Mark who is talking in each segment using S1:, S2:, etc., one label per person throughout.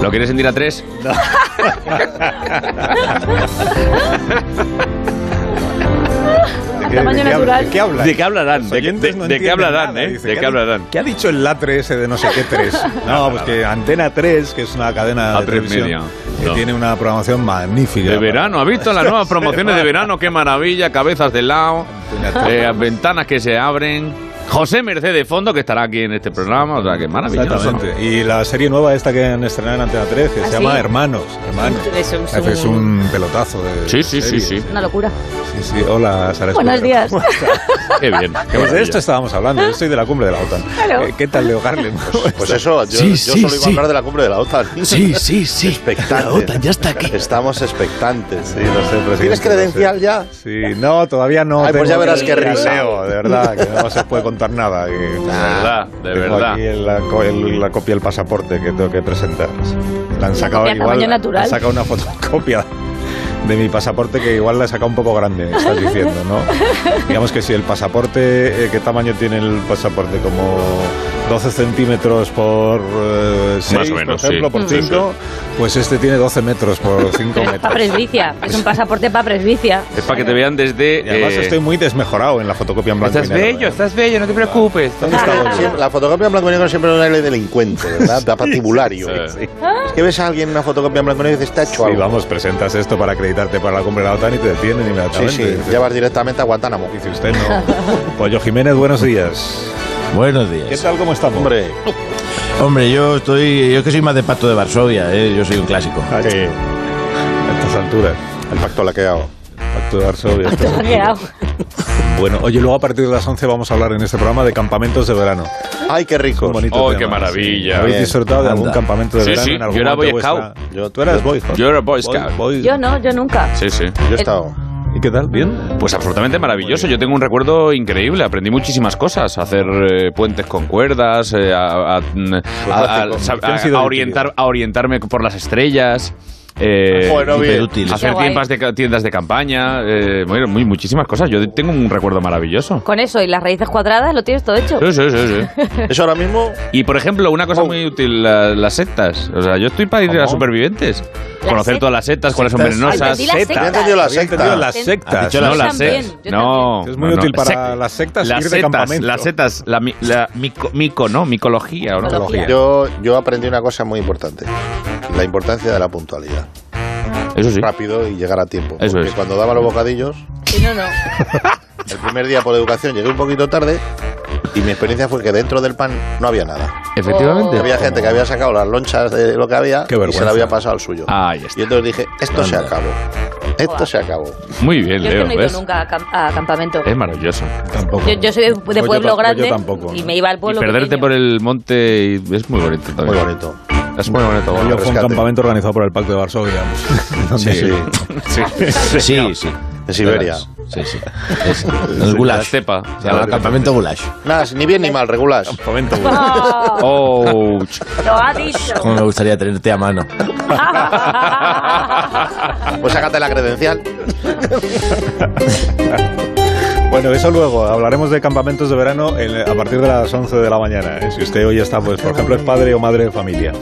S1: ¿Prefieres Indira 3? No.
S2: ¿De qué, Tamaño
S1: qué
S2: natural.
S1: hablan? ¿De qué hablan?
S3: ¿De qué hablarán?
S1: Los
S3: ¿De,
S1: oyentes
S3: de-
S1: no
S3: de qué
S1: entienden
S3: hablarán,
S1: nada,
S3: eh?
S1: dice,
S3: ¿De
S1: ¿qué
S3: qué hablarán?
S2: ¿Qué ha dicho el latre ese de no sé qué 3? No, pues que Antena 3, que es una cadena
S3: A
S2: de
S3: tres
S2: televisión,
S3: media.
S2: que
S3: No.
S2: tiene una programación magnífica.
S3: De verano, ¿ha visto las nuevas promociones de verano? ¡Qué maravilla! Cabezas de lado, eh, ventanas que se abren. José Mercedes Fondo, que estará aquí en este programa, o sea, qué maravilloso. ¿eh?
S2: Exactamente. Y la serie nueva esta que han estrenado en Antena 3, que
S4: ¿Ah,
S2: se
S4: sí?
S2: llama Hermanos. Hermanos.
S4: Es un-
S2: Es un pelotazo de
S3: Sí, sí,
S2: serie.
S3: sí, sí.
S4: Una locura.
S2: Sí, sí. Hola, Sara.
S4: Buenos
S2: Escudero.
S4: días.
S3: Qué bien. qué
S2: Pues de
S3: maravilla.
S2: esto estábamos hablando. Yo soy de la cumbre de la OTAN.
S4: Claro.
S2: Eh, ¿Qué tal, Leo Harlem?
S5: Pues eso, yo,
S6: Sí,
S5: yo
S6: sí,
S5: solo iba
S6: sí.
S5: a hablar de la cumbre de la OTAN.
S6: Sí, sí, sí.
S5: Expectante.
S6: La OTAN ya está aquí.
S5: Estamos expectantes.
S2: Sí, lo sé, presidente,
S5: ¿Tienes credencial ya?
S2: Sí, no, todavía no.
S5: Ay, pues
S2: tengo
S5: ya verás
S2: que-
S5: qué risa.
S2: Leo, de verdad, que no se puede contar nada. que- de
S3: verdad, de verdad.
S2: Aquí en la, co- en la copia del pasaporte que tengo que presentar. La han sacado
S4: copia
S2: igual.
S4: tamaño natural.
S2: Han sacado una fotocopia de mi pasaporte que igual la he sacado un poco grande, me estás diciendo, ¿no? Digamos que si el pasaporte, eh, ¿qué tamaño tiene el pasaporte? Como 12 centímetros por 6,
S3: Más o menos, sí.
S2: por ejemplo, por
S3: Sí, sí.
S2: 5. Pues este tiene 12 metros por 5
S4: Pero es para
S2: metros.
S4: presbicia. Es un pasaporte para presbicia.
S3: Es para que te vean desde...
S2: Y además
S3: eh,
S2: estoy muy desmejorado en la fotocopia en blanco
S1: Estás
S2: y negro.
S1: bello,
S2: ¿eh?
S1: estás bello, no te preocupes.
S5: ¿Dónde está Don Siempre- La fotocopia en blanco y negro siempre era el delincuente, ¿verdad? Da patibulario.
S3: Sí, sí.
S5: Es que ves a alguien en una fotocopia en blanco y negro y dices, está hecho
S2: Sí,
S5: algo.
S2: vamos, presentas esto para acreditarte para la cumbre de la OTAN y te detienen
S5: Sí,
S2: inmediatamente.
S5: sí,
S2: Dice,
S5: ya vas directamente a Guantánamo.
S2: Dice usted, no. Pollo Jiménez, buenos días.
S6: Buenos
S2: ¿Qué
S6: días.
S2: tal, cómo estamos?
S5: Hombre,
S6: Hombre, yo estoy. Yo que soy más de Pacto de Varsovia, ¿eh? yo soy un clásico.
S2: Ay, Ah, a estas alturas.
S5: el pacto laqueado.
S2: Pacto de Varsovia.
S4: Te lo has quedado.
S2: Bueno, oye, luego a partir de las 11 vamos a hablar en este programa de campamentos de verano.
S5: ¡Ay, qué
S2: Es un
S5: rico!
S2: bonito
S3: Oh,
S2: tema.
S3: qué maravilla.
S2: ¿Habéis
S5: Bien.
S2: disfrutado de algún
S6: Anda.
S2: campamento de
S3: Sí,
S2: verano
S3: sí,
S2: en algún
S3: yo era
S2: momento
S3: Boy
S2: vuestra-
S3: Scout.
S2: Yo, tú eras Boy Scout.
S3: Yo era Boy Scout.
S2: Boy-
S4: Yo no, yo nunca.
S3: sí, sí.
S5: Yo he estado.
S2: ¿Y qué tal? ¿Bien?
S3: Pues absolutamente maravilloso. Yo tengo un recuerdo increíble. Aprendí muchísimas cosas. A hacer eh, puentes con cuerdas, eh, a, a-
S2: Pues
S3: a- a-
S2: práctico.
S3: a-
S2: ¿Qué han sido
S3: a
S2: de
S3: orientar,
S2: utilidad?
S3: a orientarme por las estrellas. eh,
S5: Bueno,
S6: Súper
S5: bien.
S6: útil.
S3: hacer
S4: Qué guay.
S3: tiendas de, ca- tiendas de campaña, eh, bueno, muy, muchísimas cosas. Yo tengo un recuerdo maravilloso.
S4: Con eso y las raíces cuadradas lo tienes todo hecho.
S3: Sí, sí, sí, sí.
S5: Eso ahora mismo,
S3: Y por ejemplo, una cosa
S5: Oh.
S3: muy útil, la- las sectas. O sea, yo estoy para ir a
S2: ¿Cómo?
S3: supervivientes.
S4: ¿Las
S3: Conocer
S4: sectas?
S3: todas las sectas, cuáles son
S2: Sectas.
S3: venenosas.
S4: Ay, entendí
S5: ya he
S4: Sectas.
S5: entendido la
S2: Había entendido
S5: secta.
S2: las
S4: Ten-
S2: sectas.
S6: Has dicho
S3: No,
S6: Yo
S3: las
S4: también,
S3: sectas.
S4: yo
S3: No,
S2: también. Es muy
S3: no, no.
S2: útil para
S3: Sec-
S2: las sectas
S3: Las
S2: ir de
S3: sectas,
S2: campamento.
S3: las sectas, la, mi- la mico, mico, ¿no? Micología, ¿o ¿no?
S4: Micología.
S5: yo, yo aprendí una cosa muy importante. La importancia de la puntualidad.
S3: Eso sí.
S5: Rápido y llegar a tiempo.
S3: Eso
S5: porque
S3: es.
S5: cuando daba los bocadillos,
S4: Si no, no.
S5: el primer día por educación llegué un poquito tarde y mi experiencia fue que dentro del pan no había nada.
S3: Efectivamente.
S5: Había gente que había sacado las lonchas de lo que había
S2: Qué
S5: y se
S2: vergüenza.
S5: la había pasado al suyo.
S3: Ahí está.
S5: Y entonces dije, esto se acabó. Esto se acabó.
S3: Muy bien,
S4: Yo es que
S3: Leo,
S4: no he
S3: ¿ves? Eh,
S4: ido nunca a, cam- a campamento.
S3: Es maravilloso.
S2: Tampoco.
S4: Yo, yo soy de, de
S2: Pues yo
S4: pueblo
S2: tam- pues
S4: grande
S2: Yo tampoco.
S4: y
S2: ¿no?
S4: me iba al
S3: Y
S4: pueblo
S3: perderte
S4: pequeño.
S3: por el monte y- es muy bonito también.
S5: Muy bonito.
S3: Es muy
S2: Yo
S3: bonito.
S2: fue un
S5: Rescate.
S2: campamento organizado por el Pacto de Varsovia. Donde-
S5: Sí.
S3: Sí.
S6: Sí, sí.
S5: En Siberia.
S6: Sí, sí. Es, el
S3: La
S6: goulash.
S3: cepa.
S6: Se llama campamento goulash.
S5: Nada, ni bien ni mal, regulas.
S2: Campamento.
S4: Oh,
S3: Ouch.
S4: lo ha dicho.
S6: Como me gustaría tenerte a mano.
S5: Pues sácate la credencial.
S2: Bueno, eso luego. Hablaremos de campamentos de verano en- a partir de las 11 de la mañana. ¿eh? Si usted hoy está, pues, por ejemplo, es padre o madre de familia.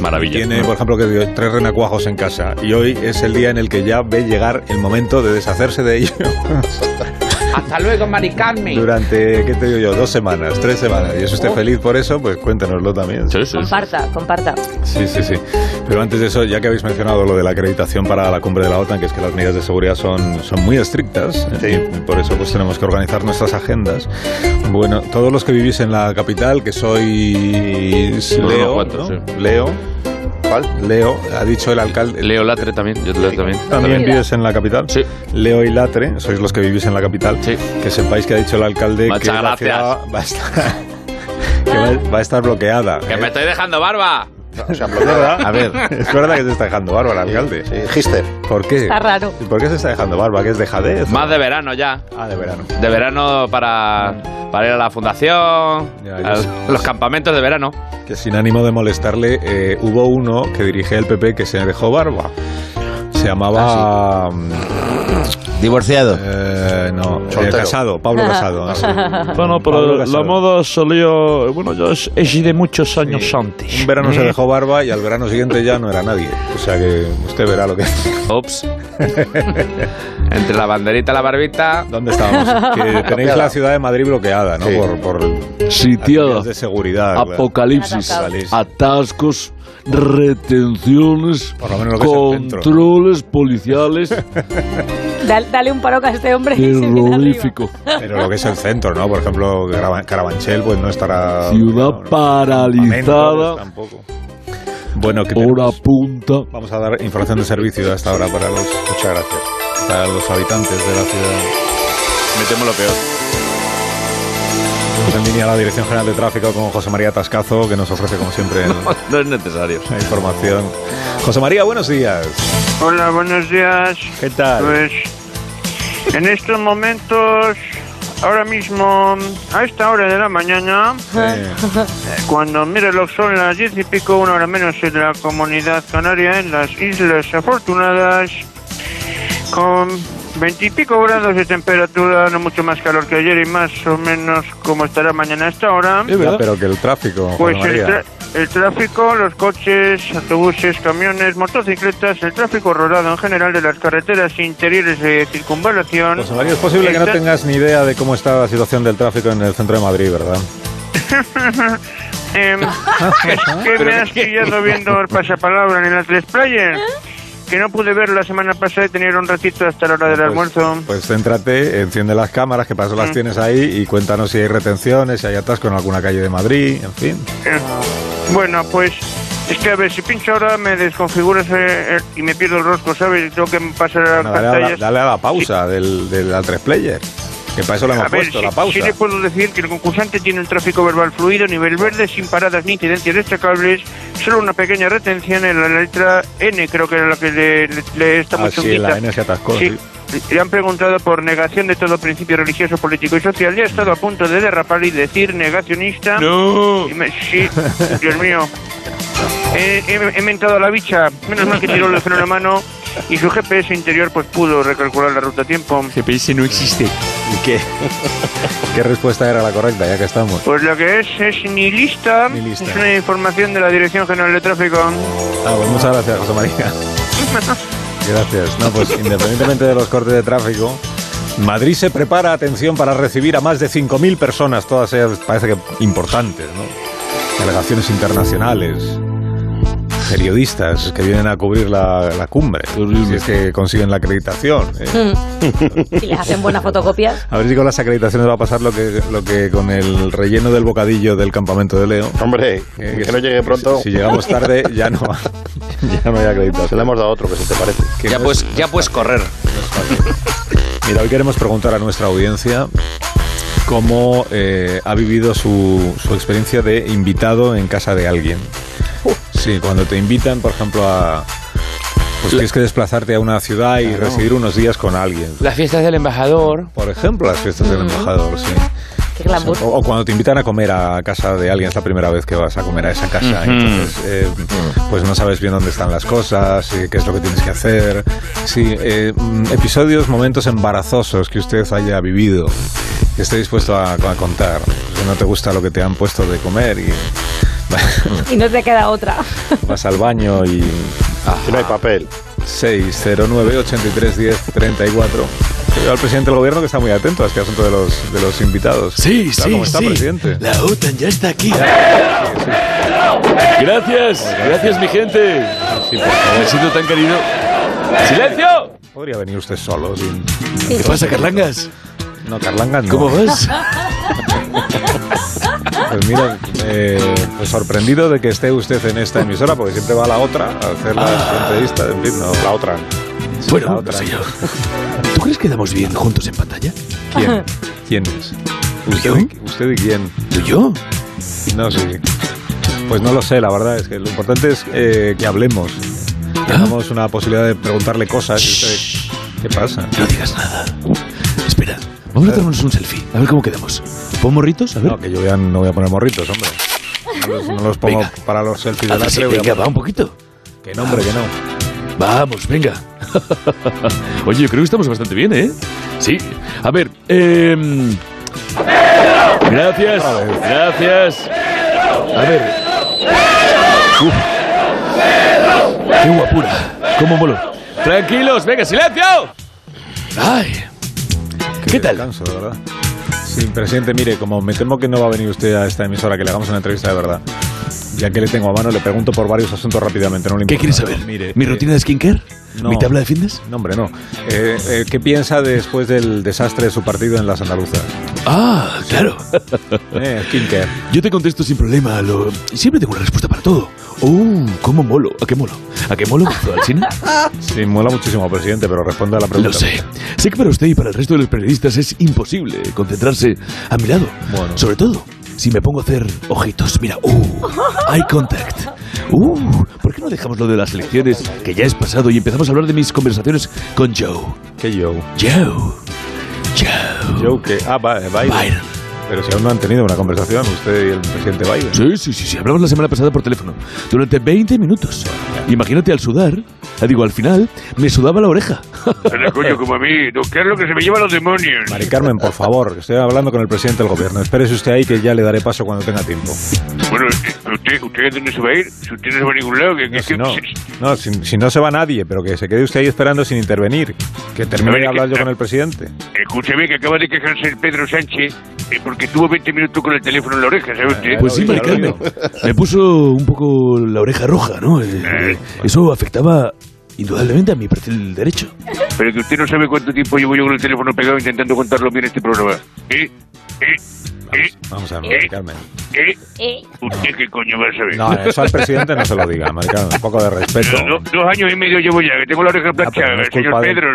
S3: Maravilla.
S2: Tiene, por ejemplo, que dio tres renacuajos en casa. Y hoy es el día en el que ya ve llegar el momento de deshacerse de ellos.
S1: Hasta luego, Mari Carmen.
S2: Durante, ¿qué te digo yo? Dos semanas, tres semanas. ¿Y es usted feliz por eso? Pues cuéntenoslo también.
S3: Oh. Sí, sí, sí.
S4: comparta, comparta.
S2: Sí, sí, sí. Pero antes de eso, ya que habéis mencionado lo de la acreditación para la cumbre de la OTAN, que es que las medidas de seguridad son, son muy estrictas, eh, y por eso pues tenemos que organizar nuestras agendas. Bueno, todos los que vivís en la capital, que sois
S3: Unos
S2: Leo,
S3: cuantos,
S2: ¿no?
S3: sí.
S2: Leo,
S5: ¿Cuál?
S2: Leo, ha dicho el alcalde.
S3: Leo Latre también. Yo leo también.
S2: ¿También
S4: Mira.
S2: vives en la capital?
S3: Sí.
S2: Leo y Latre, sois los que vivís en la capital.
S3: Sí.
S2: Que sepáis que ha dicho el alcalde
S3: Muchas
S2: que la
S3: gracias.
S2: ciudad va a estar, que va- va a estar bloqueada.
S3: ¡Que me estoy dejando barba!
S5: O sea, bloqueada.
S2: A ver, es verdad que se está dejando barba el alcalde.
S5: Sí, Gister.
S2: ¿Por qué?
S4: Está raro.
S2: ¿Y por qué se está dejando barba? ¿Que es dejadez?
S3: Más de verano ya.
S2: Ah, de verano.
S3: De verano para, para ir a la fundación,
S2: Ya, ya
S3: a
S2: sé.
S3: los campamentos de verano.
S2: Que sin ánimo de molestarle, eh, hubo uno que dirigía el PP que se
S5: Ah,
S2: dejó barba. Se llamaba... mm,
S6: Divorciado.
S2: eh, no. eh,
S5: Soltero.
S2: casado, Pablo Casado. así.
S7: Bueno,
S2: Pablo
S7: pero la
S2: Casado.
S7: moda salió, bueno, yo es, es de muchos años antes. Mm.
S2: Un verano se dejó barba y al verano siguiente ya no era nadie. O sea que usted verá lo que.
S3: Ops. Entre la banderita y la barbita.
S2: ¿Dónde estábamos? Que tenéis la ciudad de Madrid bloqueada, ¿no?
S5: Sí.
S2: Por, por
S7: Sitiada,
S2: medidas de seguridad. ¿verdad?
S7: apocalipsis,
S2: Apocalipsis.
S7: atascos, retenciones,
S2: Por lo menos lo que es el centro.
S7: controles policiales,
S4: Dale, dale un paro a este hombre. y se viene arriba.
S7: terrorífico.
S2: Pero lo que es el centro, ¿no? Por ejemplo, Carava- Carabanchel, pues no estará.
S7: Ciudad
S2: no, no.
S7: paralizada.
S2: Pamento, pues, tampoco. Bueno, ¿qué
S7: Hora
S2: tenemos?
S7: punta.
S2: Vamos a dar información de servicio a esta hora para los. Muchas gracias. Para los habitantes de la ciudad.
S3: Metemos lo peor.
S2: Tenemos en línea la Dirección General de Tráfico con José María Tascazo, que nos ofrece, como siempre,
S3: No es necesario.
S2: la información. José María, buenos días.
S8: Hola, buenos días.
S2: ¿Qué tal?
S8: Pues en estos momentos, ahora mismo, a esta hora de la mañana, eh, cuando mi reloj son las diez y pico, una hora menos en la comunidad canaria, en las Islas Afortunadas, con veintipico grados de temperatura, no mucho más calor que ayer y más o menos como estará mañana a esta hora.
S2: Ya, pero que el tráfico,
S8: Pues
S2: José
S8: el,
S2: María.
S8: tra- el tráfico, los coches, autobuses, camiones, motocicletas, el tráfico rodado en general de las carreteras interiores de circunvalación.
S2: José María, es posible Pues que no
S8: Está-
S2: tengas ni idea de cómo está la situación del tráfico en el centro de Madrid, ¿verdad?
S8: Em, es que me has pillado viendo el pasapalabra en el tres Player, que no pude ver la semana pasada y tenía un ratito hasta la hora del
S2: Pues-
S8: almuerzo. Mm.
S2: Pues céntrate, enciende las cámaras, que para eso las tienes ahí, y cuéntanos si hay retenciones, si hay atasco en alguna calle de Madrid, en fin.
S8: Eh, Bueno, pues es que a ver, si pincho ahora me desconfiguras eh, eh, y me pierdo el rosco, ¿sabes? Y Tengo que pasar a
S2: Bueno,
S8: las
S2: dale, a la,
S8: pantallas.
S2: dale a la pausa del, del Al 3 Player, que para eso lo hemos
S8: A ver,
S2: puesto,
S8: sí-
S2: la pausa.
S8: sí le puedo decir que el concursante tiene un tráfico verbal fluido, nivel verde, sin paradas ni incidencias destacables, solo una pequeña retención en la letra N, creo que era la que le, le- le está muy
S2: Ah, sí,
S8: chunguita.
S2: la N se atascó,
S8: Sí.
S2: sí.
S8: Le han preguntado por negación de todo principio religioso, político y social y ha estado a punto de derrapar y decir negacionista.
S3: No.
S8: Y me- sí, Dios mío. He, he- he mentado a la bicha. Menos mal que tiró el freno a la mano y su GPS interior pues pudo recalcular la ruta a tiempo.
S3: GPS no existe.
S2: ¿Y qué? ¿Qué respuesta era la correcta, ya que estamos?
S8: Pues lo que es es ni lista,
S2: Ni lista.
S8: es una información de la Dirección General de Tráfico.
S2: Ah, pues muchas gracias, José María. Gracias. No, pues independientemente de los cortes de tráfico, Madrid se prepara, atención, para recibir a más de 5.000 personas, todas ellas parece que importantes, ¿no? Delegaciones internacionales, periodistas que vienen a cubrir la, la cumbre, si es que consiguen la acreditación. ¿eh?
S4: Mm. Y les hacen buenas fotocopias.
S2: A ver si con las acreditaciones va a pasar lo que, lo que con el relleno del bocadillo del campamento de Leo.
S5: Hombre,
S2: Eh,
S5: que no llegue pronto,
S2: Si, si llegamos tarde, ya no, ya no hay
S5: se
S2: acreditación.
S5: la hemos dado a otro, que si te parece.
S2: Que
S3: Ya
S2: no
S3: puedes,
S2: es-
S3: ya puedes correr.
S2: Mira, hoy queremos preguntar a nuestra audiencia cómo eh, ha vivido su, su experiencia de invitado en casa de alguien. Sí, cuando te invitan, por ejemplo, a... Pues tienes que desplazarte a una ciudad y residir unos días con alguien.
S3: Las fiestas del embajador.
S2: Por ejemplo, las fiestas del embajador, sí.
S4: Qué glamour.
S2: O, o cuando te invitan a comer a casa de alguien, es la primera vez que vas a comer a esa casa. Entonces, eh, pues no sabes bien dónde están las cosas, eh, qué es lo que tienes que hacer. Sí, eh, mm, episodios, momentos embarazosos que usted haya vivido, que esté dispuesto a, a contar. Si no te gusta lo que te han puesto de comer y
S4: Y no te queda otra.
S2: vas al baño y... Ah.
S5: Si no hay papel.
S2: 609-8310-34. Veo al presidente del gobierno que está muy atento a este asunto de los, de los invitados. Tal como está, presidente?
S7: La OTAN ya está aquí. Gracias, gracias mi gente. Me siento tan querido. ¡Silencio!
S2: Podría venir usted solo. Sin...
S7: ¿Qué pasa, Carlangas?
S2: No, Carlanga no.
S7: ¿Cómo vas?
S2: Pues mira, eh, pues sorprendido de que esté usted en esta emisora, porque siempre va a la otra a hacer la entrevista. En fin, no, la otra. Sí, la
S7: Ah. Bueno,
S2: otra.
S7: no sé yo. ¿Tú crees que damos bien juntos en pantalla?
S2: ¿Quién? ¿Quién es? ¿Usted, y- ¿Usted y quién?
S7: ¿Tú y yo?
S2: No sé. Pues no lo sé, la verdad es que lo importante es eh, que hablemos.
S7: ¿Ah?
S2: Tengamos una posibilidad de preguntarle cosas. y usted- ¿Qué pasa?
S7: No digas nada. Espera, vamos a tomarnos un selfie. A ver cómo quedamos. ¿Pon morritos? A ver.
S2: No, que yo ya no voy a poner morritos, hombre. No los, no los pongo
S7: Venga.
S2: para los selfies
S7: A
S2: de
S7: ver
S2: la
S7: si-
S2: tele, voy a
S7: venga,
S2: poner-
S7: va un poquito.
S2: Que no, hombre, que no.
S7: Vamos, venga. Oye, yo creo que estamos bastante bien, ¿eh? Sí. A ver, em, Gracias, gracias. A ver. Uf. ¡Qué guapura! ¡Cómo molo! ¡Tranquilos! ¡Venga, silencio! ¡Ay! ¿Qué tal?
S2: Descanso, de verdad. Sí, presidente, mire, como me temo que no va a venir usted a esta emisora, que le hagamos una entrevista de verdad. Ya que le tengo a mano, le pregunto por varios asuntos rápidamente. No le
S7: ¿Qué
S2: importa.
S7: quieres saber?
S2: Mire,
S7: ¿Mi
S2: eh,
S7: rutina de skincare?
S2: no.
S7: ¿Mi tabla de fitness?
S2: No, hombre, no. Eh, eh, ¿Qué piensa después del desastre de su partido en las andaluzas?
S7: Ah, claro.
S2: Eh, skincare.
S7: Yo te contesto sin problema. Lo... Siempre tengo una respuesta para todo. ¡Uh! ¿Cómo molo? ¿A qué molo? ¿A qué molo, doctor Alsina?
S2: Sí, mola muchísimo, presidente, pero responda a la pregunta.
S7: Lo sé. Sé que para usted y para el resto de los periodistas es imposible concentrarse a mi lado.
S2: Bueno.
S7: Sobre todo si me pongo a hacer ojitos. Mira, uh, eye contact. Uh, ¿por qué no dejamos lo de las elecciones que ya es pasado y empezamos a hablar de mis conversaciones con Joe?
S2: ¿Qué Joe?
S7: Joe. Joe.
S2: Joe que... Ah, va, eh, Biden.
S7: Biden.
S2: Pero si aún no han tenido una conversación, usted y el presidente Biden.
S7: Sí, sí, sí, sí. Hablamos la semana pasada por teléfono. Durante 20 minutos. Imagínate al sudar. ah, Digo, al final me sudaba la oreja.
S9: Pero coño, como a mí, don Carlos, que se me lleva los demonios.
S2: Mari Carmen, por favor, estoy hablando con el presidente del gobierno. Espérese usted ahí que ya le daré paso cuando tenga tiempo.
S9: Bueno, eh, ¿usted, usted dónde se va a ir? Si usted no se va a ningún lado, que,
S2: No,
S9: que-
S2: si
S9: que-
S2: no, no, si, si no se va nadie, pero que se quede usted ahí esperando sin intervenir. Que termine de hablar yo con el presidente.
S9: Escúcheme, que acaba de quejarse el Pedro Sánchez eh, porque tuvo 20 minutos con el teléfono en la oreja, ¿sabe usted?
S7: Pues sí,
S2: Ya lo
S7: Mari Carmen.
S2: digo.
S7: Me puso un poco la oreja roja, ¿no? Eh, eh, Eso afectaba indudablemente a mi perfil derecho.
S9: Pero que usted no sabe cuánto tiempo llevo yo con el teléfono pegado intentando contarlo bien este programa. ¿Eh? ¿Eh? ¿Eh?
S2: Vamos a ver, Mari Carmen.
S9: ¿Eh?
S10: Eh,
S9: ¿Usted qué coño va a saber?
S2: No, eso al presidente no se lo diga, Mari Carmen. Un poco de respeto.
S9: Do- dos años y medio llevo ya, que tengo la oreja
S2: Ah, pero
S9: planchada,
S2: no es
S9: señor
S2: culpa de él.
S9: Pedro.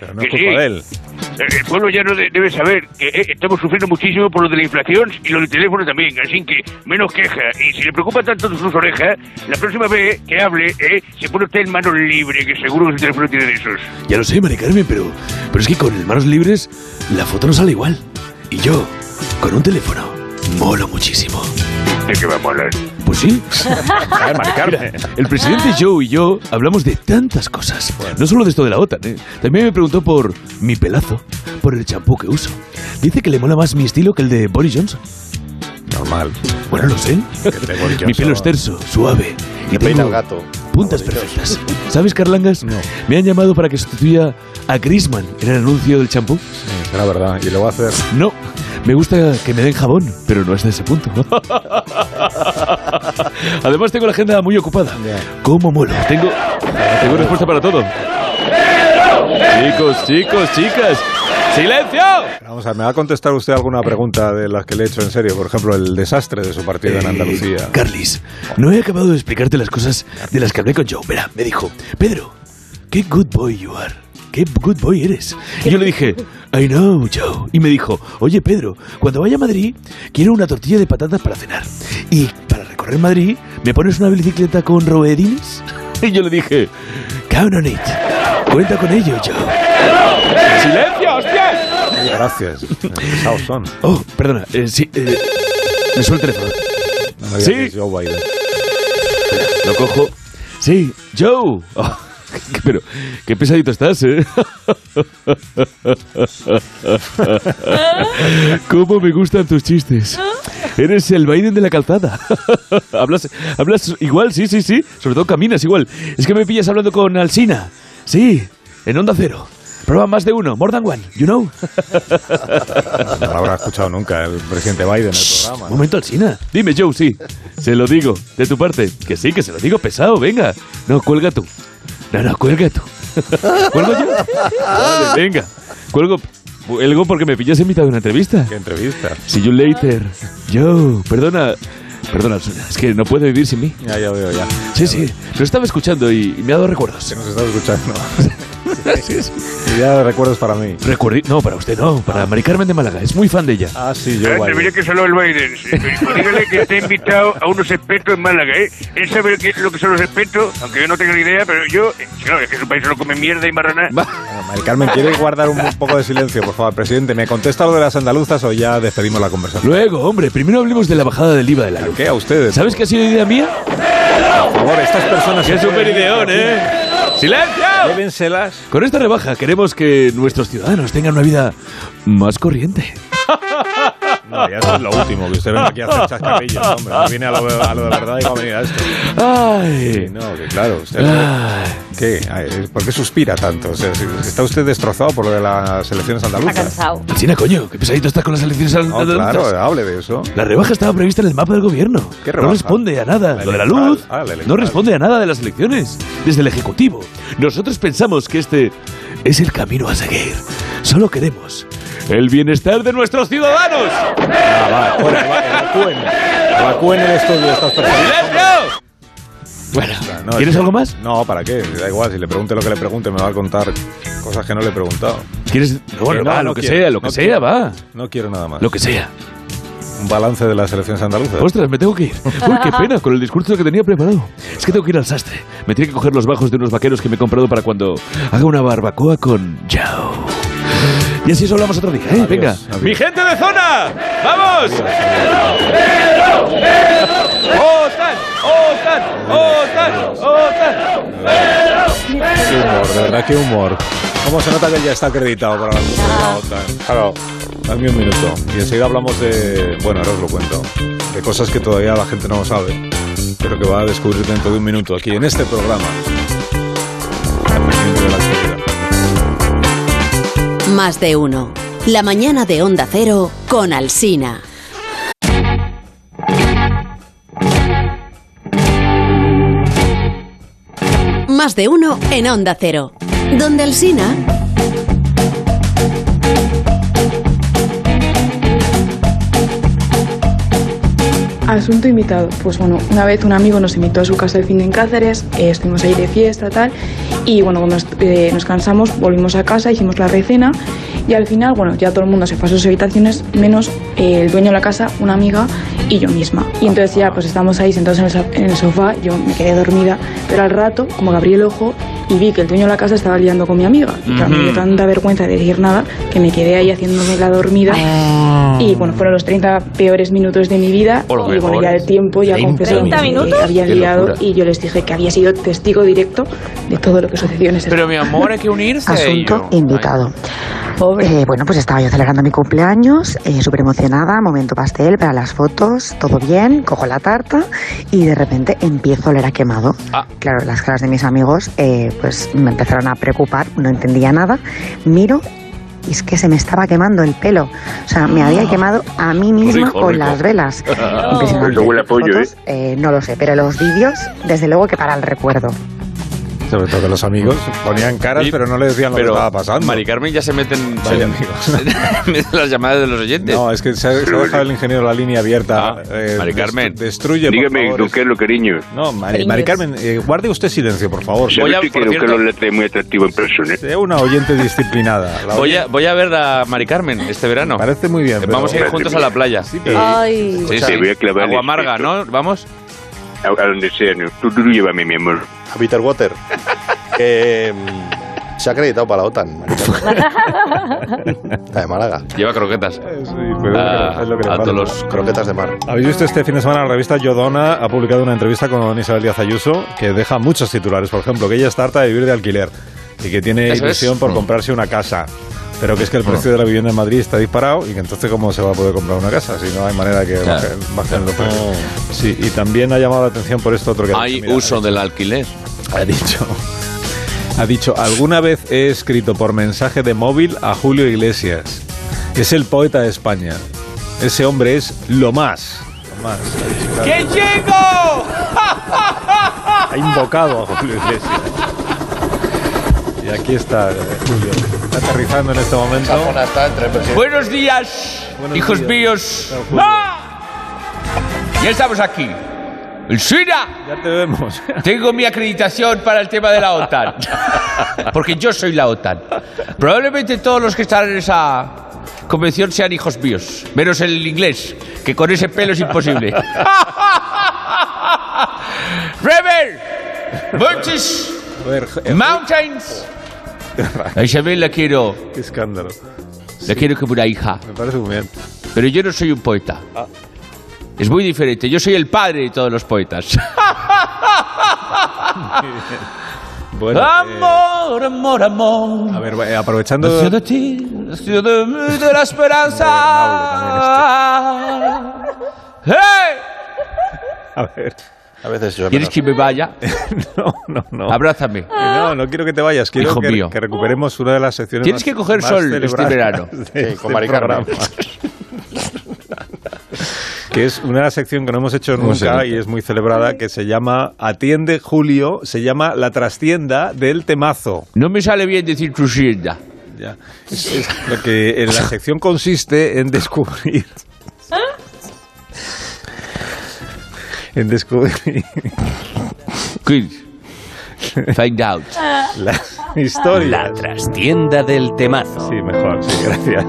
S2: Pero no
S9: que
S2: es culpa
S9: sí.
S2: de él.
S9: El el pueblo ya no de- debe saber que eh, estamos sufriendo muchísimo por lo de la inflación y lo del teléfono también, así que menos queja. Y si le preocupa tanto sus orejas, la próxima vez que hable, eh, se pone usted en mano libre, que seguro que su teléfono tiene de esos.
S7: Ya lo sé, Mari Carmen, pero, pero es que con el manos libres la foto no sale igual. Y yo, con un teléfono, molo muchísimo.
S9: ¿De qué vamos a hablar?
S7: Pues sí,
S2: A ver, Mari Carmen.
S7: El presidente Joe y yo hablamos de tantas cosas. No solo de esto de la OTAN, ¿eh? También me preguntó por mi pelazo, por el champú que uso. Dice que le mola más mi estilo que el de Boris Johnson.
S2: Normal.
S7: Bueno, lo sé. Mi pelo es terso, suave. Y
S11: Le peina
S7: tengo
S11: al gato.
S7: puntas perfectas. ¿Sabes, Carlangas? Me han llamado para que sustituya a Grisman en el anuncio del champú.
S2: Será verdad. Y lo va a hacer.
S7: No. Me gusta que me den jabón, pero no hasta ese punto. Además tengo la agenda muy ocupada. ¿Cómo molo? Tengo, tengo respuesta para todo. Chicos, chicos, chicas. ¡Silencio!
S2: Vamos a ver, ¿me va a contestar usted alguna pregunta de las que le he hecho en serio? Por ejemplo, el desastre de su partido en Andalucía.
S7: Eh, Carlis, no he acabado de explicarte las cosas de las que hablé con Joe. Verá, me dijo, Pedro, qué good boy you are. Qué good boy eres. Y yo le dije, I know, Joe. Y me dijo, oye, Pedro, cuando vaya a Madrid, quiero una tortilla de patatas para cenar. Y para recorrer Madrid, ¿me pones una bicicleta con roedines? Y yo le dije, count on it. Cuenta con ello, Joe.
S4: ¡Silencio, hostia!
S2: Oye, Gracias. Pesados son.
S7: Oh, perdona, eh, sí, eh, me suena el teléfono.
S2: No me digas
S7: Sí.
S2: que es Joe Biden.
S7: Lo cojo. Sí, Joe. Oh, pero, qué pesadito estás, ¿eh? ¿Cómo me gustan tus chistes? Eres el Biden de la calzada. hablas, hablas igual, sí, sí, sí. Sobre todo caminas igual. Es que me pillas hablando con Alsina. Sí, en Onda Cero. Prueba más de uno, more than one, you know.
S2: No lo habrá escuchado nunca el presidente Biden en el programa.
S7: Un momento, Alsina. Dime, Joe, sí. Se lo digo, de tu parte. Que sí, que se lo digo pesado, venga. No, cuelga tú. No, no, cuelga tú. ¿Cuelgo yo? Vale, venga. Cuelgo, cuelgo porque me pillas en mitad de una entrevista.
S2: ¿Qué entrevista?
S7: See you later. Joe, perdona. Perdona, Alsina. Es que no puede vivir sin mí.
S2: Ya, ya veo, ya.
S7: Sí, sí. Lo estaba escuchando y, y me ha dado recuerdos.
S2: Que nos estás escuchando.
S7: Sí, sí.
S2: Y ya recuerdos para mí.
S7: Recuerdi- no, para usted no. Para Mari Carmen de Málaga. Es muy fan de ella.
S2: Ah, sí, Joe
S9: Ah, mira
S6: ¿eh?
S2: Biden.
S9: que salió el Biden. Sí, pues Dígale que está invitado a unos expertos en Málaga, ¿eh? Él sabe qué- lo que son los expertos, aunque yo no tenga ni idea, pero yo... eh, Claro, es que su país solo come mierda y marrana.
S2: Bueno, Mari Carmen, ¿quiere guardar un poco de silencio, por favor, presidente? ¿Me contesta lo de las andaluzas o ya despedimos la conversación?
S7: Luego, hombre, primero hablemos de la bajada del IVA de la luz.
S2: ¿Qué? ¿A ustedes?
S7: ¿Sabes qué ha sido idea mía?
S2: Por favor, estas personas...
S7: ¡Qué
S2: se pueden
S7: super
S2: ir de
S7: ideón,
S2: aquí.
S7: eh!
S3: ¡Silencio!
S2: Llévenselas.
S7: Con esta rebaja queremos que nuestros ciudadanos tengan una vida más corriente.
S2: No, ya eso es lo último, que usted venga aquí a hacer chascarrillos, hombre. No viene a lo, a lo de la verdad y va a venir a esto.
S7: Ay.
S2: Sí, no, que claro, usted...
S7: Ay.
S2: ¿Qué? Ay, ¿Por qué suspira tanto? O sea, si- está usted destrozado por lo de las elecciones
S4: Está
S2: andaluzas.
S4: cansado.
S7: China, coño, qué pesadito estás con las elecciones al-
S2: No,
S7: adelantas.
S2: claro, hable de eso.
S7: La rebaja estaba prevista en el mapa del gobierno.
S2: ¿Qué
S7: No
S2: rebaja?
S7: responde a nada.
S2: La
S7: Lo de la
S2: electoral.
S7: luz
S2: Ah, la electoral.
S7: no responde a nada de las elecciones. Desde el Ejecutivo. Nosotros pensamos que este es el camino a seguir. Solo queremos el bienestar de nuestros ciudadanos.
S2: Ah, va, fuera, va, evacúen. Evacúen el estudio de estas personas.
S3: ¡Silencio!
S7: Bueno,
S2: No, es
S7: ¿quieres
S2: que-
S7: algo más?
S2: No, ¿para qué? Da igual, si le pregunte lo que le pregunte, me va a contar cosas que no le he preguntado.
S7: ¿Quieres? No,
S2: Que
S7: no,
S2: no,
S7: va,
S2: no
S7: lo que
S2: quiero,
S7: sea, lo que
S2: no
S7: sea,
S2: quiero.
S7: va.
S2: No quiero nada más.
S7: Lo que sea.
S2: Un balance de las elecciones andaluzas.
S7: Ostras, me tengo que ir. Uy, qué pena con el discurso que tenía preparado. Es que tengo que ir al sastre. Me tiene que coger los bajos de unos vaqueros que me he comprado para cuando haga una barbacoa con Yao. Y así os hablamos otro día, ¿eh?
S2: Adiós,
S7: Venga.
S2: adiós.
S3: ¡Mi gente de zona! ¡Vamos! ¡Otan! ¡Otan! ¡Otan! ¡Otan!
S2: Qué humor, de verdad, qué humor. ¿Cómo se nota que él ya está acreditado para la la OTAN? Claro, dame un minuto. Y enseguida hablamos de. Bueno, ahora os lo cuento. De cosas que todavía la gente no sabe, pero que va a descubrir dentro de un minuto aquí en este programa. Al pendiente de la actualidad.
S12: Más de uno. La mañana de Onda Cero con Alsina. Más de uno en Onda Cero. Donde Alsina.
S13: Asunto imitado. Pues bueno, una vez un amigo nos invitó a su casa de cine en Cáceres, eh, estuvimos ahí de fiesta, tal, y bueno, cuando est- eh, nos cansamos, volvimos a casa, hicimos la recena, y al final, bueno, ya todo el mundo se fue a sus habitaciones, menos eh, el dueño de la casa, una amiga y yo misma. Y entonces ya, pues estábamos ahí sentados en el, so- en el sofá, yo me quedé dormida, pero al rato, como que abrí el ojo y vi que el dueño de la casa estaba liando con mi amiga. Y claro, me dio tanta vergüenza de decir nada que me quedé ahí haciéndome la dormida. Y bueno, fueron los 30 peores minutos de mi vida.
S3: Por lo
S13: y bueno,
S3: mejor.
S13: ya el tiempo ya
S6: 30
S13: confesó que
S4: minutos.
S13: había
S3: Qué
S13: liado
S3: locura.
S13: y yo les dije que había sido testigo directo de todo lo que sucedió en ese
S1: Pero mi amor, hay que unirse.
S14: Asunto invitado.
S4: Pobre.
S14: Eh, bueno, pues estaba yo celebrando mi cumpleaños, eh, súper emocionada, momento pastel para las fotos, todo bien, cojo la tarta y de repente empiezo a oler a quemado.
S3: Ah.
S14: Claro, las caras de mis amigos eh, pues me empezaron a preocupar, no entendía nada, miro y es que se me estaba quemando el pelo. O sea, me había quemado a mí misma
S3: Rico,
S14: con
S3: rico.
S14: las velas. Impresionante.
S8: Eso huele a pollo,
S14: Fotos, eh, no lo sé, pero los vídeos, desde luego que para el recuerdo.
S2: Sobre todo que los amigos ponían caras,
S3: Y-
S2: pero no le decían lo que estaba pasando.
S3: Mari Carmen ya se meten
S2: Vaya amigos.
S3: en las llamadas de los oyentes.
S2: No, es que se ha, se ha dejado el ingeniero la línea abierta. eh,
S3: Ah, Mari
S2: dest-
S3: Carmen.
S2: Destruye, por favor, esto.
S8: lo cariño.
S2: No, Mari,
S4: Cariños.
S2: Mari Carmen, eh, guarde usted silencio, por favor.
S3: Sí. Voy a- por cierto-
S8: letra es muy atractivo en persona. ¿eh?
S2: Sea una oyente disciplinada. La
S3: voy,
S2: oyente-
S3: a, voy a ver a Mari Carmen este verano.
S2: Parece muy bien. pero-
S3: Vamos a ir juntos a la playa.
S2: Sí, pero-
S4: Ay.
S3: Sí,
S8: sea,
S3: sí.
S8: voy a clavar
S3: Agua
S8: el
S3: amarga, ¿no? Vamos.
S8: A, a donde sea, ¿no? Tú, tú, tú llévame, mi amor.
S5: A Peter Water. que mm, se ha acreditado para la OTAN. Mari Carmen. Está de Málaga.
S3: Lleva croquetas.
S2: Sí, pero
S3: Ah,
S2: es lo que le
S3: a
S2: pasa.
S3: todos los-
S5: Croquetas de mar.
S2: Habéis visto este fin de semana la revista Yodona ha publicado una entrevista con Isabel Díaz Ayuso que deja muchos titulares, por ejemplo, que ella está harta de vivir de alquiler y que tiene
S3: Eso
S2: ilusión
S3: es.
S2: por comprarse una casa, pero que es que el precio de la vivienda en Madrid está disparado y que entonces cómo se va a poder comprar una casa si no hay manera que
S3: Claro.
S2: bajen, bajen los precios. Sí, y también ha llamado la atención por esto otro que ha
S3: Hay
S2: dicho, mira,
S3: uso del alquiler.
S2: ha dicho. Ha dicho, alguna vez he escrito por mensaje de móvil a Julio Iglesias. Es el poeta de España. Ese hombre es lo más. Lo más.
S1: ¡Que llego!
S2: Ha invocado a Julio Iglesias. Y aquí está eh, Julio. Está aterrizando en este momento.
S5: Esa zona está entre el presidente.
S1: Buenos días,
S2: Buenos
S1: hijos
S2: días.
S1: míos.
S2: Don Julio.
S1: ¡Ah! Ya estamos aquí. El SIDA.
S2: Ya te vemos.
S1: Tengo mi acreditación para el tema de la OTAN. Porque yo soy la OTAN. Probablemente todos los que están en esa convención sean hijos míos. Menos el inglés, que con ese pelo es imposible. Rebel! Mountains!
S2: A ver, eh,
S1: Mountains! A Isabel la quiero.
S2: qué escándalo.
S1: La quiero como una hija.
S2: Me parece muy bien. Ah.
S1: Pero yo no soy un poeta. Es muy diferente. Yo soy el padre de todos los poetas.
S2: Bueno, eh,
S1: amor, amor, amor.
S2: a ver, eh, aprovechando...
S1: Nació de ti, nació de, mí, de la esperanza. ¡Eh!
S2: A ver.
S5: A veces yo...
S1: ¿Quieres que me vaya?
S2: No, no, no.
S1: Abrázame.
S2: Que No, no quiero que te vayas. Quiero
S1: Hijo
S2: que,
S1: mío.
S2: que recuperemos una de las secciones.
S1: Tienes
S2: más-
S1: que coger
S2: más
S1: sol este
S2: celebradas
S1: verano.
S2: de
S5: Sí, con
S2: este
S5: Mari Carmen.
S2: programa. que es una sección que no hemos hecho
S3: No sé.
S2: nunca y es muy celebrada, que se llama Atiende Julio, se llama La trastienda del temazo.
S1: No me sale bien decir crucienda.
S2: Ya. Es- es lo que en la sección consiste en descubrir. En descubrir
S1: Kids. Find out.
S2: la historia.
S15: La trastienda del temazo.
S2: Sí, mejor, sí, gracias.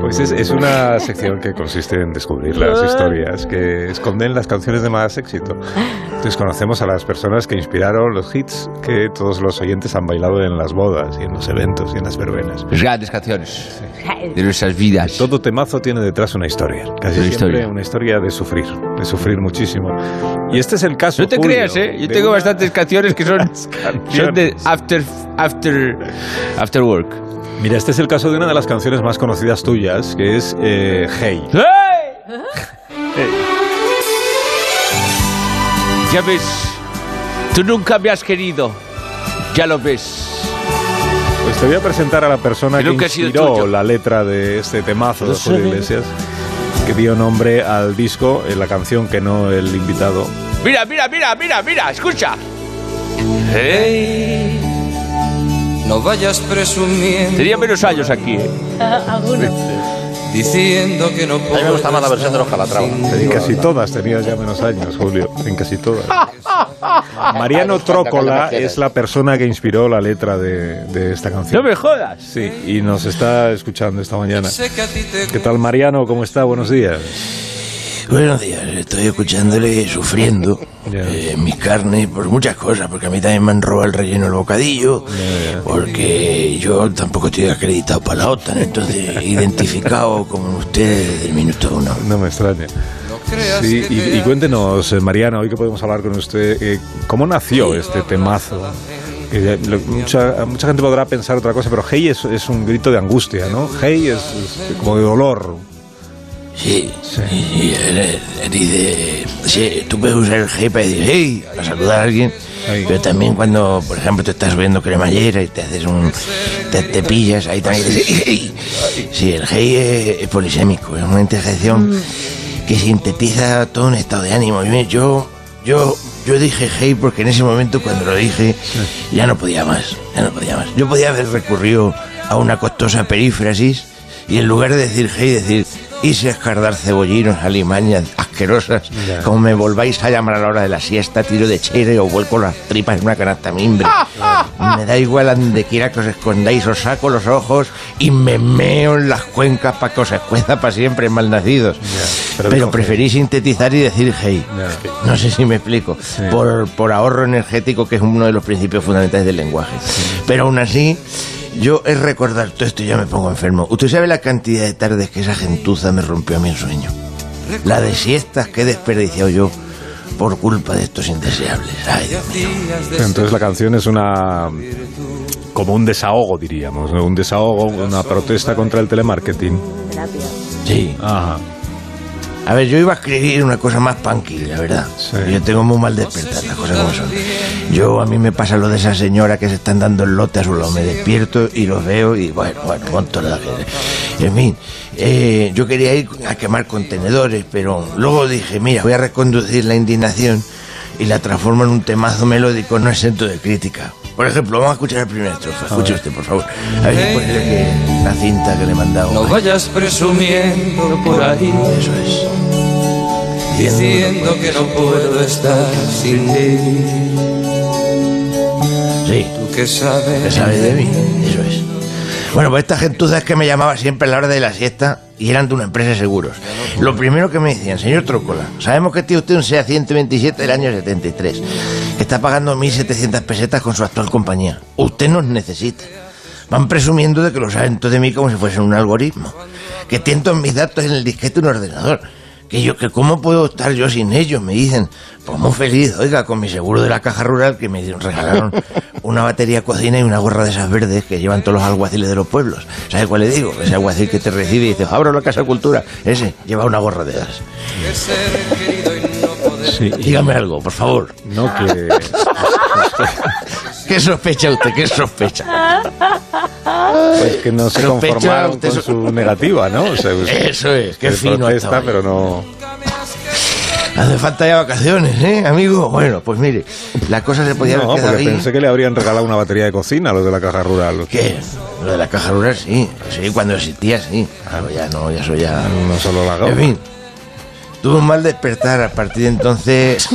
S2: Pues es, es una sección que consiste en descubrir las historias que esconden las canciones de más éxito. Entonces conocemos a las personas que inspiraron los hits que todos los oyentes han bailado en las bodas y en los eventos y en las verbenas.
S1: Las grandes canciones de nuestras vidas.
S2: Todo temazo tiene detrás una historia, casi
S1: Una
S2: siempre
S1: historia.
S2: una historia de sufrir, de sufrir muchísimo. Y este es el caso.
S1: No te
S2: Julio,
S1: creas, ¿eh? Yo
S2: de
S1: tengo
S2: una-
S1: bastantes canciones que son, son de after, after, after work.
S2: Mira, este es el caso de una de las canciones más conocidas tuyas, que es eh, Hey.
S1: Ya ves, tú nunca me has querido. Ya lo ves.
S2: Pues te voy a presentar a la persona
S1: Creo
S2: que,
S1: que ha sido
S2: inspiró
S1: tuyo.
S2: la letra de este temazo de
S1: Lo
S2: Julio
S1: sé.
S2: Iglesias, que dio nombre al disco, eh, la canción que no el invitado.
S1: Mira, mira, mira, mira, mira, escucha.
S15: Hey, no vayas presumiendo,
S1: Tenía menos años aquí, ¿eh?
S4: Algunos.
S15: diciendo que no
S5: A mí me
S15: puedo.
S5: gusta más la versión de los Calatrava. te
S2: En
S5: digo la
S2: casi
S5: verdad.
S2: todas tenías ya menos años, Julio, en casi todas. Mariano Trócola es la persona que inspiró la letra de, de esta
S1: No
S2: canción.
S1: me jodas.
S2: Sí, y nos está escuchando esta mañana.
S15: Sé que a ti te
S2: ¿Qué tal, Mariano? ¿Cómo está? Buenos días.
S6: Buenos días, estoy escuchándole sufriendo
S2: Ya.
S6: eh, en mis carnes por muchas cosas, porque a mí también me han robado el relleno del bocadillo, porque yo tampoco estoy acreditado para la OTAN, entonces identificado como ustedes desde el minuto uno.
S2: No me extraña.
S15: creas
S2: Sí,
S15: que te
S2: y, y
S15: da-
S2: cuéntenos, eh, Mariano, hoy que podemos hablar con usted, eh, ¿cómo nació este temazo? Que ya- lo- mucha, mucha gente podrá pensar otra cosa, pero hey es, es un grito de angustia, ¿no? Hey es, es como de dolor.
S6: Sí, y- y él, eh, él dice, sí, tú puedes usar el hey para decir hey, para saludar a alguien,
S2: Ahí.
S6: pero también cuando, por ejemplo, te estás bebiendo cremallera y te haces un, te, te pillas, ahí también dices hey. Sí, el hey es, es polisémico, es una interjección que sintetiza todo un estado de ánimo. Yo, yo, yo, yo dije hey porque en ese momento cuando lo dije ya no podía más, ya no podía más. Yo podía haber recurrido a una costosa perífrasis y en lugar de decir hey, decir hice escardar cebollinos, alimañas asquerosas, como me volváis a llamar a la hora de la siesta, tiro de chere o vuelco las tripas en una canasta mimbre. Me da igual a donde quiera que os escondáis, os saco los ojos y me meo en las cuencas para que os escueza para siempre, malnacidos.
S2: pero
S6: pero
S2: dijo
S6: preferí sintetizar y decir hey. No sé si me explico. Por, por ahorro energético, que es uno de los principios fundamentales del lenguaje. Pero aún así, yo es recordar todo esto y yo me pongo enfermo. Usted sabe la cantidad de tardes que esa gentuza me rompió a mi sueño. La de siestas que he desperdiciado yo por culpa de estos indeseables. Ay, Dios mío.
S2: Entonces la canción es una como un desahogo, diríamos, ¿no? un desahogo, una protesta contra el telemarketing.
S4: Terapia.
S6: Sí.
S2: Ajá.
S6: A ver, yo iba a escribir una cosa más punky, la verdad.
S2: Sí.
S6: Yo tengo muy mal despertar, las cosas como son. Yo, a mí me pasa lo de esa señora que se están dando el lote a su lado. Me despierto y los veo y bueno, bueno, con toda la gente. En fin, eh, yo quería ir a quemar contenedores, pero luego dije, mira, voy a reconducir la indignación y la transformo en un temazo melódico no exento de crítica. Por ejemplo, vamos a escuchar el primer estrofa. Escuche usted, por favor. A ver, si ponele que la cinta que le he mandado.
S15: No vayas presumiendo por ahí,
S6: Eso es.
S15: diciendo que no puedo estar sin ti.
S6: Sí.
S15: Tú que sabes.
S6: ¿Qué sabes de mí? Eso es. Bueno, pues esta gentuza es que me llamaba siempre a la hora de la siesta y eran de una empresa de seguros.
S15: pues.
S6: Lo primero que me decían, señor Trócola, sabemos que tiene usted un SEA 127 del año 73, que está pagando 1.700 pesetas con su actual compañía. Usted nos necesita. Van presumiendo de que lo saben todo de mí como si fuesen un algoritmo. Que tiento mis datos en el disquete de un ordenador. que yo, que cómo puedo estar yo sin ellos, me dicen, pues muy feliz, oiga, con mi seguro de la caja rural que me dieron- regalaron una batería de cocina y una gorra de esas verdes que llevan todos los alguaciles de los pueblos. ¿Sabes cuál le digo? Ese alguacil que te recibe y dice, abro la casa de cultura, ese lleva una gorra de esas. Dígame algo, por favor.
S2: No, que...
S6: ¿Qué sospecha usted? ¿Qué sospecha?
S2: Pues que no se
S6: Sospecha
S2: conformaron
S6: usted
S2: con
S6: so-
S2: su negativa, ¿no? O sea,
S6: Eso es, qué
S2: se
S6: fino ha
S2: protesta,
S6: estado
S2: pero no...
S6: Hace falta ya vacaciones, ¿eh, amigo? Bueno, pues mire, la cosa se podía
S2: No,
S6: haber quedado
S2: porque
S6: ahí.
S2: pensé que le habrían regalado una batería de cocina a los de la caja rural.
S6: ¿Qué? Lo de la caja rural, sí. Sí, cuando existía, sí. Claro, ya no, ya soy ya...
S2: No solo la goma.
S6: En fin, tuve un mal despertar. A partir de entonces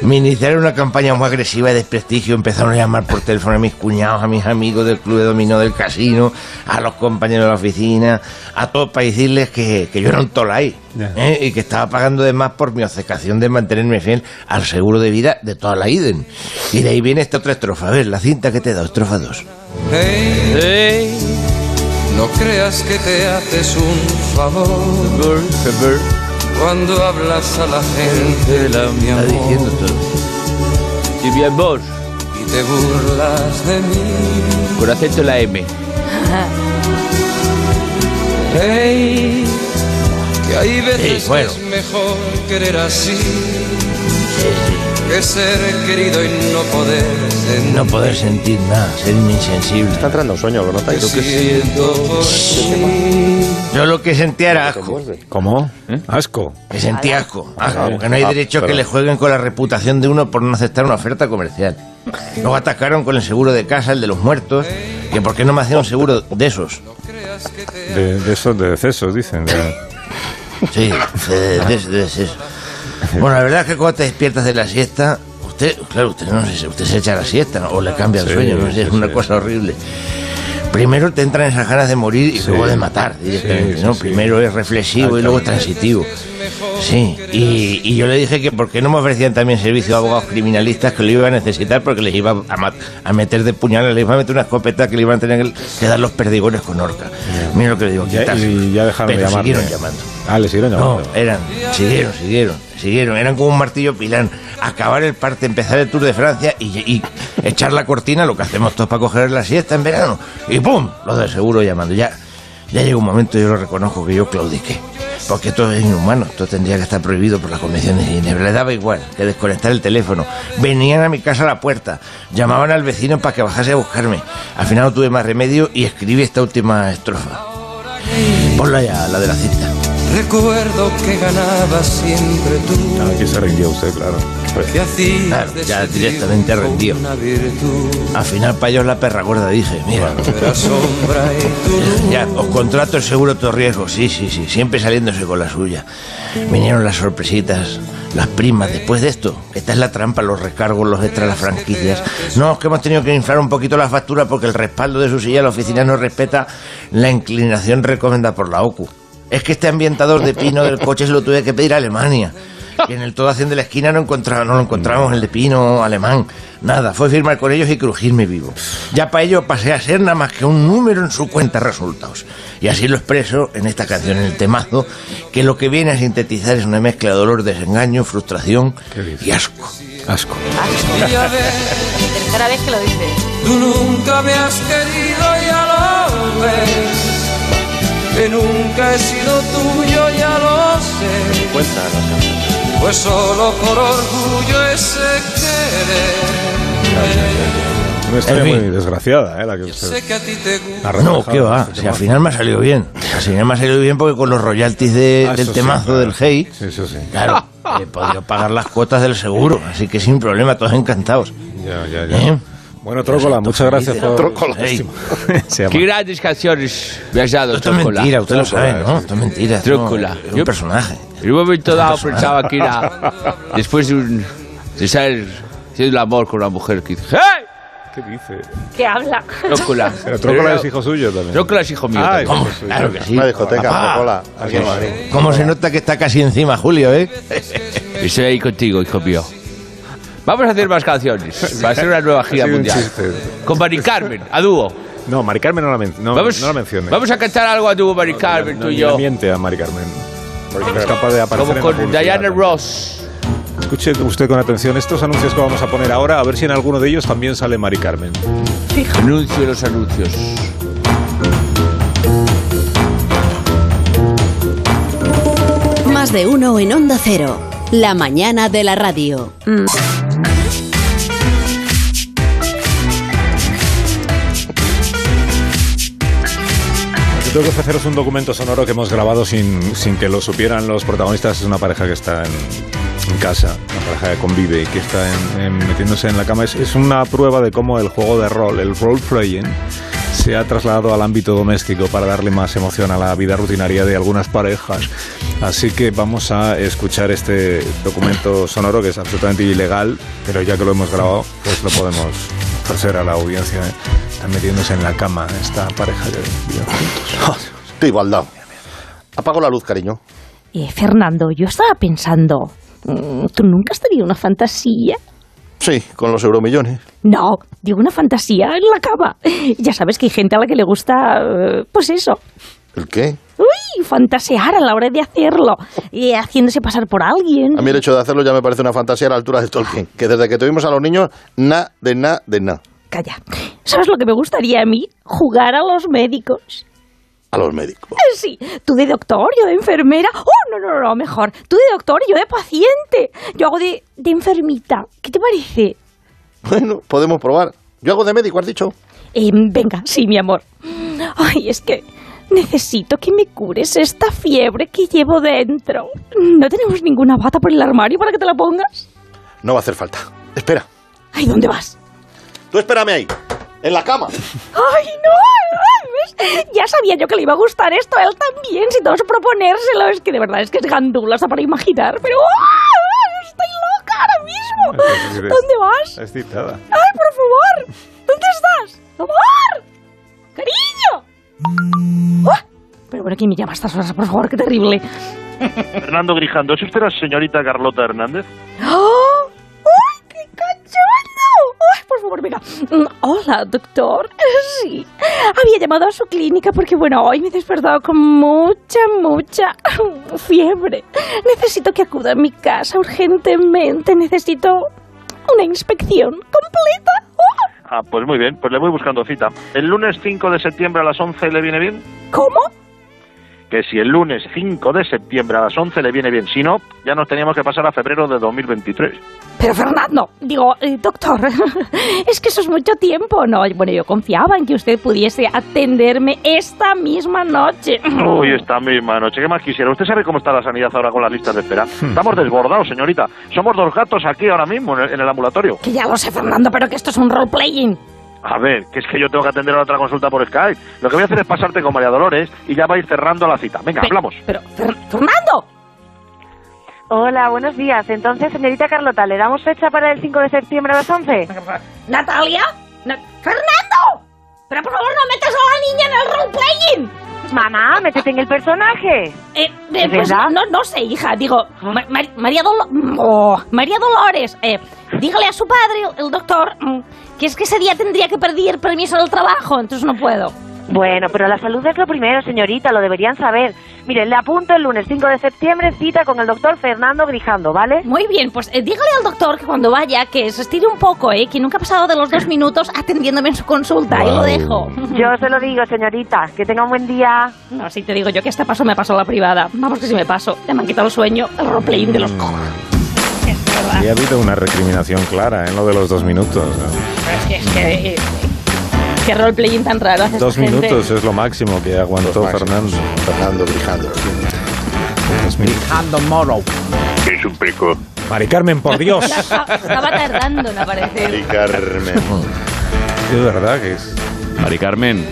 S6: me iniciaron una campaña muy agresiva de desprestigio. Empezaron a llamar por teléfono a mis cuñados, a mis amigos del club de dominó del casino, a los compañeros de la oficina, a todos para decirles que, que yo era un tolai.
S2: Ya.
S6: ¿eh? Y que estaba pagando de más por mi obcecación de mantenerme fiel al seguro de vida de toda la IDEN. Y de ahí viene esta otra estrofa. A ver, la cinta que te da, estrofa 2.
S15: Hey, no creas que te haces un favor cuando hablas a la gente, la mi amor.
S6: diciendo
S1: Y bien vos,
S15: Y te burlas de mí.
S1: con acento en la M.
S15: Hey, que hay veces
S1: Sí, bueno.
S15: que es mejor querer así que ser querido y no poder sentir.
S6: No poder sentir nada, ser insensible. Está
S5: entrando un sueño, lo notáis.
S15: que siento por ti.
S6: Yo lo que sentía era asco.
S2: ¿Cómo? ¿Asco?
S6: Que sentía asco. asco,
S2: Ah,
S6: porque no hay
S2: ah,
S6: derecho a que
S2: pero-
S6: le jueguen con la reputación de uno por no aceptar una oferta comercial. Luego atacaron con el seguro de casa, el de los muertos, que por qué no me hacían un seguro de esos.
S2: De, de esos de decesos, dicen. de-
S6: Sí, de, de- de- de eso. Bueno, la verdad es que cuando te despiertas de la siesta, usted, claro, usted no sé, usted se echa la siesta ¿no? o le cambia el
S2: Sí,
S6: sueño, no sé, es
S2: sí,
S6: una
S2: sí.
S6: cosa horrible. Primero te entran esas ganas de morir y
S2: Sí.
S6: luego de matar directamente,
S2: Sí, sí,
S6: ¿no?
S2: sí.
S6: Primero es reflexivo y luego transitivo. Sí, y, y yo le dije que por qué no me ofrecían también servicio de abogados criminalistas que lo iba a necesitar porque les iba a, ma- a meter de puñal, les iba a meter una escopeta que le iban a tener que dar los perdigones con horca. Mira lo que le digo,
S2: Ya,
S6: quitarse.
S2: y ya dejaron
S6: Pero
S2: de llamar.
S6: siguieron llamando.
S2: Ah, le siguieron
S6: No,
S2: llamando.
S6: eran, siguieron, siguieron, siguieron, eran como un martillo pilán. Acabar el parte, empezar el Tour de Francia y, y echar la cortina, lo que hacemos todos para coger la siesta en verano. Y ¡pum! Los del seguro llamando. Ya, ya llega un momento, yo lo reconozco, que yo claudiqué. Porque esto es inhumano, esto tendría que estar prohibido por la Convención de Ginebra. Le daba igual que desconectar el teléfono. Venían a mi casa a la puerta, llamaban al vecino para que bajase a buscarme. Al final no tuve más remedio y escribí esta última estrofa. Ponla ya, la de la cinta.
S15: Recuerdo que ganabas siempre tú,
S2: Ah, Aquí se rindió usted, claro. Pues,
S15: que hacías
S6: Claro,
S15: de
S6: Ah, ya
S15: ese
S6: directamente
S15: triunfo
S6: rendido.
S15: una virtud.
S6: Al final para ellos la perra gorda, dije, mira.
S15: Era sombra y tú
S6: Ya, os contrato el seguro todo riesgo, sí, sí, sí, siempre saliéndose con la suya. Vinieron las sorpresitas, las primas, después de esto, esta es la trampa, los recargos, los extras, las franquicias. No, es que hemos tenido que inflar un poquito la factura porque el respaldo de su silla en la oficina no respeta la inclinación recomendada por la OCU. Es que este ambientador de pino del coche se lo tuve que pedir a Alemania. Y en el todo haciendo de la esquina no, encontraba, no lo encontramos, el de pino alemán. Nada, fue firmar con ellos y crujirme vivo. Ya para ello pasé a ser nada más que un número en su cuenta de resultados. Y así lo expreso en esta canción, en el temazo, que lo que viene a sintetizar es una mezcla de dolor, desengaño, frustración y asco.
S2: Asco.
S15: y ya ves,
S4: Tercera vez que lo dices.
S15: Tú nunca me has querido, ya lo ves. Que nunca he sido tuyo, ya lo sé. Pues solo por orgullo ese querer.
S2: Una historia
S6: En fin.
S2: muy desgraciada, ¿eh? La que
S15: Sé
S2: usted
S15: que a ti te gusta.
S2: ha
S6: No,
S2: reflejado
S6: ¿qué
S2: en
S6: va?
S2: este
S6: Si
S2: tema.
S6: al final me ha salido bien. Al final me ha salido bien porque con los royalties de-
S2: Ah,
S6: del
S2: eso sí,
S6: temazo
S2: claro.
S6: del Hey,
S2: Sí, eso sí.
S6: claro, he podido pagar las cuotas del seguro. Así que sin problema, todos encantados.
S2: Ya, ya, ya.
S6: ¿Eh?
S2: Bueno, Trócola, muchas gracias por...
S5: Trócola.
S6: Ey,
S2: Se llama.
S1: Qué grandes canciones me has dado,
S6: esto es
S1: Trócola.
S6: mentira, usted lo sabe, ¿no? Esto es mentira. esto
S1: Trócola.
S6: Es un personaje.
S1: En un momento dado
S6: personaje.
S1: pensaba que era después de, un, de ser haciendo el amor con una mujer que dice ¡Hey!
S2: ¿Qué dice?
S4: ¿Qué habla?
S1: Trócola.
S2: Pero Trócola es hijo suyo también.
S1: Trócola es hijo mío.
S2: Ah,
S1: también.
S2: hijo
S6: ¿Cómo?
S2: suyo.
S6: Claro que sí.
S5: Una discoteca,
S6: Papá.
S5: Trócola, aquí en Madrid.
S6: ¿Cómo se nota que está casi encima, Julio, eh?
S1: Estoy ahí contigo, hijo mío. Vamos a hacer más canciones. Va a ser una nueva
S2: Ha
S1: gira
S2: sido un
S1: mundial.
S2: chiste.
S1: Con Mari Carmen, a dúo.
S2: No, Mari Carmen no la, men- no,
S1: Vamos,
S2: no la mencione.
S1: vamos a cantar algo a dúo, Mari
S2: No,
S1: Carmen,
S2: no,
S1: tú y
S2: no
S1: yo.
S2: miente a Mari Carmen. Porque no es capaz de aparecer.
S1: Como
S2: en la
S1: con
S2: publicidad.
S1: Diana Ross.
S2: Escuche usted con atención estos anuncios que vamos a poner ahora, a ver si en alguno de ellos también sale Mari Carmen.
S1: Anuncio los anuncios.
S12: Más de uno en Onda Cero. La mañana de la radio.
S2: Yo tengo que ofreceros un documento sonoro que hemos grabado sin, sin que lo supieran los protagonistas. Es una pareja que está en, en casa, una pareja que convive y que está en- en- metiéndose en la cama. Es, es una prueba de cómo el juego de rol, el role playing, se ha trasladado al ámbito doméstico para darle más emoción a la vida rutinaria de algunas parejas. Así que vamos a escuchar este documento sonoro que es absolutamente ilegal, pero ya que lo hemos grabado, pues lo podemos ofrecer a la audiencia. ¿eh? Están metiéndose en la cama esta pareja que vive juntos.
S5: Qué igualdad. Apago la luz, cariño.
S16: Eh, Fernando, yo estaba pensando, mm, ¿tú nunca has tenido una fantasía?
S5: Sí, con los euromillones.
S16: No, digo una fantasía en la cama. Ya sabes que hay gente a la que le gusta, eh, pues eso.
S5: ¿El qué?
S16: Uy, fantasear a la hora de hacerlo, eh, haciéndose pasar por alguien.
S5: A mí el hecho de hacerlo ya me parece una fantasía a la altura de Tolkien. Que desde que tuvimos a los niños, na, de na, de na.
S16: Calla. ¿Sabes lo que me gustaría a mí? Jugar a los médicos.
S5: A los médicos.
S16: Eh, Sí, tú de doctor, yo de enfermera. Oh, no, no, no, mejor. Tú de doctor, yo de paciente. Yo hago de, de enfermita. ¿Qué te parece?
S5: Bueno, podemos probar. Yo hago de médico, has dicho.
S16: Eh, venga, sí, mi amor. Ay, es que necesito que me cures esta fiebre que llevo dentro. No tenemos ninguna bata por el armario para que te la pongas.
S5: No va a hacer falta. Espera.
S16: Ay, ¿dónde vas?
S5: Tú espérame ahí. En la cama.
S16: Ay, no. ay, ¿ves? Ya sabía yo que le iba a gustar esto a él también, si todos proponérselo. Es que de verdad es que es gandula hasta para imaginar. Pero ¡ah! estoy loca ahora mismo. ¿Dónde vas?
S2: Está excitada.
S16: ¡Ay, por favor! ¿Dónde estás? ¡Amor! ¡Cariño! ¡Ah! Pero bueno, ¿quién me llama a estas horas? Por favor, qué terrible.
S17: Fernando Grijando, ¿es usted la señorita Carlota Hernández?
S16: ¡Oh! ¡Ay, qué cachondo! ¡Ay, por favor, venga! Mm, Hola, doctor. Sí. Había llamado a su clínica porque, bueno, hoy me he despertado con mucha, mucha fiebre. Necesito que acuda a mi casa urgentemente. Necesito una inspección completa.
S17: Ah, pues muy bien, pues le voy buscando cita. ¿El lunes 5 de septiembre a las 11 le viene bien?
S16: ¿Cómo?
S17: Que si el lunes 5 de septiembre a las 11 le viene bien, si no, ya nos teníamos que pasar a febrero de 2023.
S16: Pero Fernando, digo, eh, doctor, es que eso es mucho tiempo, ¿no? Bueno, yo confiaba en que usted pudiese atenderme esta misma noche.
S17: Uy, esta misma noche, ¿qué más quisiera? Usted sabe cómo está la sanidad ahora con las listas de espera. Estamos desbordados, señorita. Somos dos gatos aquí ahora mismo en el, en el ambulatorio.
S16: Que ya lo sé, Fernando, pero que esto es un role-playing.
S17: A ver, que es que yo tengo que atender a otra consulta por Skype. Lo que voy a hacer es pasarte con María Dolores y ya va a ir cerrando la cita. Venga, hablamos.
S16: Pero, Fernando.
S18: Hola, buenos días. Entonces, señorita Carlota, ¿le damos fecha para el 5 de septiembre a las 11?
S16: ¿Natalia? Na- ¡Fernando! ¡Pero por favor no metas a la niña en el role-playing!
S18: Mamá, métete en el personaje.
S16: Eh,
S18: ¿De
S16: eh, pues
S18: verdad? Ah.
S16: no, no sé, hija, digo, Ma- Mar- María, Dolo- oh, María Dolores, eh, dígale a su padre, el doctor, mm, que es que ese día tendría que pedir permiso del trabajo, entonces no puedo.
S18: Bueno, pero la salud es lo primero, señorita, lo deberían saber. Mire, le apunto el lunes 5 de septiembre cita con el doctor Fernando Grijando, ¿vale?
S16: Muy bien, pues eh, dígale al doctor que cuando vaya, que se estire un poco, eh, que nunca ha pasado de los dos minutos atendiéndome en su consulta, ahí lo
S18: Guau.
S16: dejo.
S18: Yo se lo digo, señorita, que tenga un buen día.
S16: No, si te digo yo que este paso me pasó la privada, vamos que si me paso, ya me han quitado el sueño, el roleplaying de los... co-
S2: Y ha habido una recriminación clara en lo de los dos minutos. ¿no?
S16: Pero es que, es que, eh, qué roleplaying tan raro hace esta
S2: Dos
S16: gente.
S2: minutos es lo máximo que aguantó
S5: Los
S2: Fernando.
S5: Fernando Brijando.
S2: Dos minutos.
S9: Es un precoz.
S2: Mari Carmen, por Dios.
S16: Estaba tardando en aparecer.
S5: Carmen.
S2: Es verdad que es.
S3: Mari Carmen.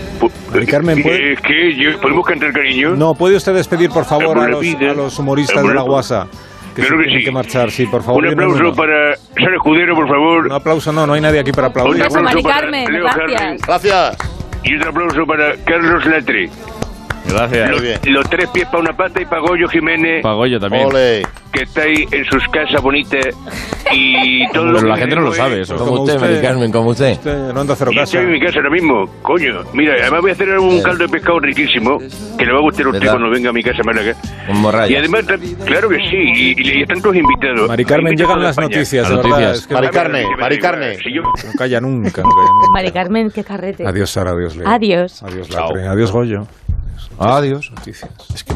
S2: Mari Carmen, ¿puede-
S9: Es que yo, ¿podemos cantar, cariño?
S2: No, ¿puede usted despedir, por favor, a
S9: Alguna
S2: los,
S9: vida,
S2: a los humoristas de
S9: alguna-
S2: la guasa? Que
S9: Claro
S2: se
S9: que
S2: tienen
S9: sí.
S2: que marchar, sí, por favor.
S9: Un
S2: dime
S9: aplauso
S2: uno.
S9: para Sara Escudero, por favor.
S2: Un aplauso, no, no hay nadie aquí para aplaudir.
S9: Un aplauso para Leo Harley.
S5: Gracias.
S9: Y otro aplauso para Carlos Latre.
S3: Gracias.
S9: Los, los tres pies para una pata y Pagollo Jiménez.
S3: Pagollo también. Ole.
S9: Que estáis en sus casas bonitas y todo
S3: Pero
S9: lo
S3: la
S9: que
S3: gente no lo
S9: tenemos
S3: sabe
S9: es-
S3: eso.
S6: Como usted, Mari Carmen, como usted.
S2: no anda cero
S9: Y estoy en mi casa ahora mismo, coño. Mira, además voy a hacer un caldo de pescado riquísimo que le va a gustar a usted
S6: ¿Verdad?
S9: cuando venga a mi casa, Málaga.
S6: Un
S9: Y
S6: morralla.
S9: además, tam- claro que sí, y, y- y están todos invitados.
S2: Mari Carmen,
S9: Hay invitados
S2: llegan
S9: de
S2: las
S9: España.
S2: noticias, Las de verdad, noticias. es que- Mari Carmen,
S9: A mí me da
S2: Mari
S9: igual.
S2: Carmen.
S9: Si yo-
S2: No calla nunca, no calla nunca.
S4: Mari Carmen, qué carrete.
S2: Adiós, Sara, adiós, Leo.
S4: Adiós.
S2: Adiós, Latre. Adiós, Goyo. Adiós. Noticias.